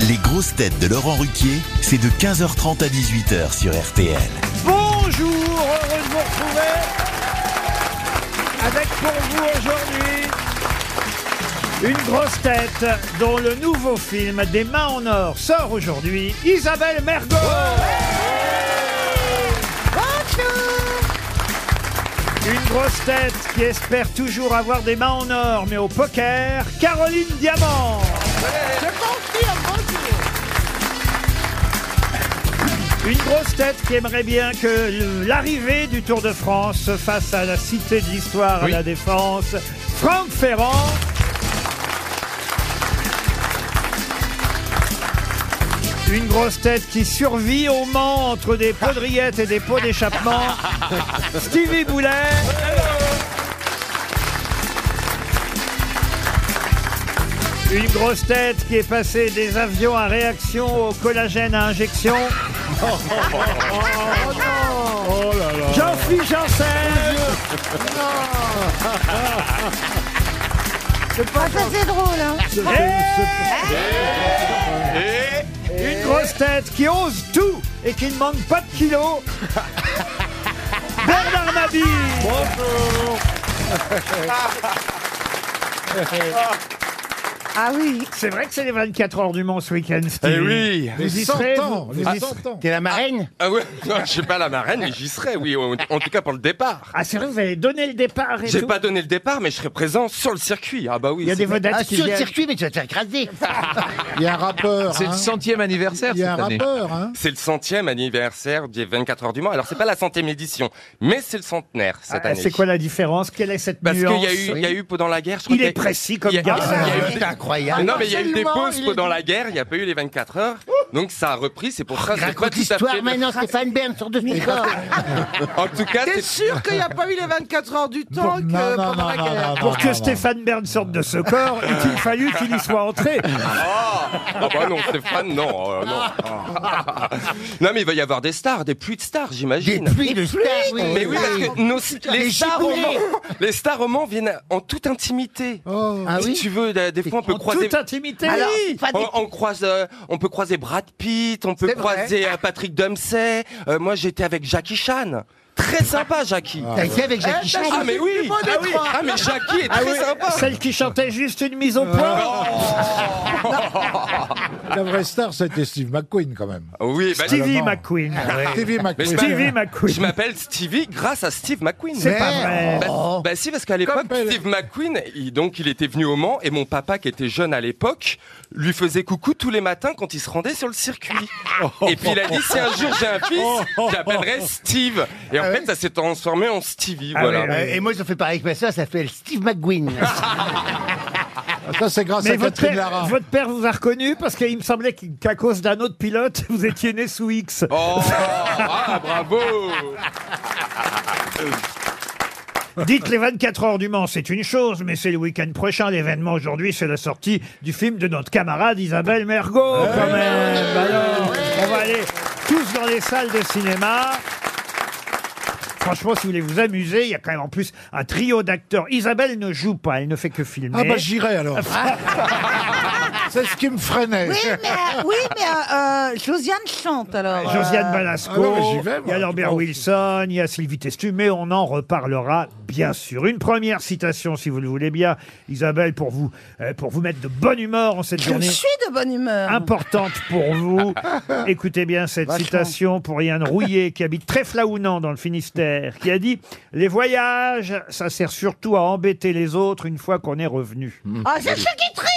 Les grosses têtes de Laurent Ruquier, c'est de 15h30 à 18h sur RTL. Bonjour, heureux de vous retrouver avec pour vous aujourd'hui une grosse tête dont le nouveau film Des mains en or sort aujourd'hui, Isabelle Mergo. Une grosse tête qui espère toujours avoir des mains en or, mais au poker, Caroline Diamant. Une grosse tête qui aimerait bien que le- l'arrivée du Tour de France se fasse à la Cité de l'Histoire, à la Défense. Franck Ferrand. Une grosse tête qui survit au Mans entre des pots de rillettes et des pots d'échappement. Stevie Boulet. Une grosse tête qui est passée des avions à réaction au collagène à injection. Jean-Philippe Janssen Ah, ça c'est drôle, hein Eh Et Une grosse tête qui ose tout et qui ne manque pas de kilos Bernard Mabille Ah oui, C'est vrai que c'est les 24 heures du Mans ce week-end, Stevie. Eh oui. Vous Les y 100 serez, ans, vous- Ah, les vous y- 100 ans. T'es la marraine Ah ouais, non, je sais pas la marraine, mais j'y serai, oui, en, en tout cas pour le départ. Ah, c'est vrai, vous avez donné le départ et J'ai tout. pas donné le départ, mais je serai présent sur le circuit. Ah bah oui. Il y a c'est- des vedettes ah, qui Sur le viennent. circuit, mais tu vas te faire écraser Il y a un rappeur. C'est le hein. centième anniversaire Il y cette a un année. rappeur. Hein. C'est le centième anniversaire des 24 heures du Mans. Alors c'est pas la centième édition, mais c'est le centenaire cette Ah, année. C'est quoi la différence Quelle est cette Parce qu'il nuance y a eu, il y a eu pendant la guerre. Je crois Il qu'il y est a- précis comme il y a- garçon. il y a eu- C'est incroyable Non mais il y a eu des Absolument, pauses il est- pendant la guerre. Il y a pas eu les 24 heures. Donc ça a repris. C'est Oh, pour ça. que c'est pas Raconte tout à fait. l'histoire maintenant, Ah Stéphane Bern, sort de ton corps En tout cas, T'es c'est- sûr qu'il n'y a pas eu les 24 heures du temps que Non, non, pendant non, la non, guerre non, Pour non, que non, Stéphane Bern sorte de ce corps, il fallu qu'il y soit entré. Ah bah non, Stéphane, non, euh, non. Ah. non, mais il va y avoir des stars, des pluies de stars, Des j'imagine. pluies de stars, oui Mais Ah oui, parce que nos- les, Les stars au giboulées. Mans- les stars au Mans viennent en toute intimité. Oh. Ah si oui tu veux, des des fois on peut En croiser. toute intimité. Alors, pas des- On, on croise, euh, on peut croiser Brad Pitt, on peut C'est vrai. croiser euh, Patrick Dempsey. Euh, moi, j'étais avec Jackie Chan. Très sympa, Jackie. T'as été avec Jackie Chan Ah mais oui, ah, oui. Ah, mais Jackie est très sympa. Celle qui chantait juste une mise au point. La vraie star, c'était Steve McQueen quand même. Oui, bah, Stevie Vraiment. McQueen. Stevie mais McQueen. je Stevie m'appelle- McQueen. je m'appelle Stevie grâce à Steve McQueen. C'est pas vrai. Merde. Bah, Oh. bah si, parce qu'à l'époque, Comme Pelle. Steve McQueen, il, donc il était venu au Mans et mon papa, qui était jeune à l'époque, lui faisait coucou tous les matins quand il se rendait sur le circuit. et puis il a dit si un jour j'ai un fils, j'appellerai Steve. Et en fait, ça s'est transformé en Stevie. Ah voilà. ouais, ouais. Euh, Et moi, je fais pareil avec ma soeur, ça s'appelle Steve McQueen. Ah, Ça, c'est grâce Mais à votre Catherine père, Lara. votre père vous a reconnu parce qu'il me semblait qu'il- qu'à cause d'un autre pilote, vous étiez né sous X. Oh, ah, bravo Dites les 24 heures du Mans, c'est une chose, mais c'est le week-end prochain. L'événement aujourd'hui, c'est la sortie du film de notre camarade Isabelle Mergot, quand même. Alors, on va aller tous dans les salles de cinéma. Franchement, si vous voulez vous amuser, il y a quand même en plus un trio d'acteurs. Isabelle ne joue pas, elle ne fait que filmer. Ah bah j'irai alors. c'est ce qui me freinait. oui, mais, euh, oui, mais euh, euh, Josiane chante alors. Josiane Euh, ah Balasco, non, mais j'y vais, il y a moi. Norbert Wilson, il y a Sylvie Testu, mais on en reparlera bien sûr. Une première citation, si vous le voulez bien, Isabelle, pour vous, euh, pour vous mettre de bonne humeur en cette Je journée suis de bonne humeur. importante pour vous. Écoutez bien cette citation pour Yann Rouillet, qui habite très flaounant dans le Finistère, qui a dit « Les voyages, ça sert surtout à embêter les autres une fois qu'on est revenu. Ah, c'est ce qui trie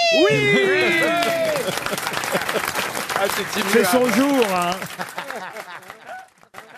Ah, c'est Steve C'est Murray. son jour, hein.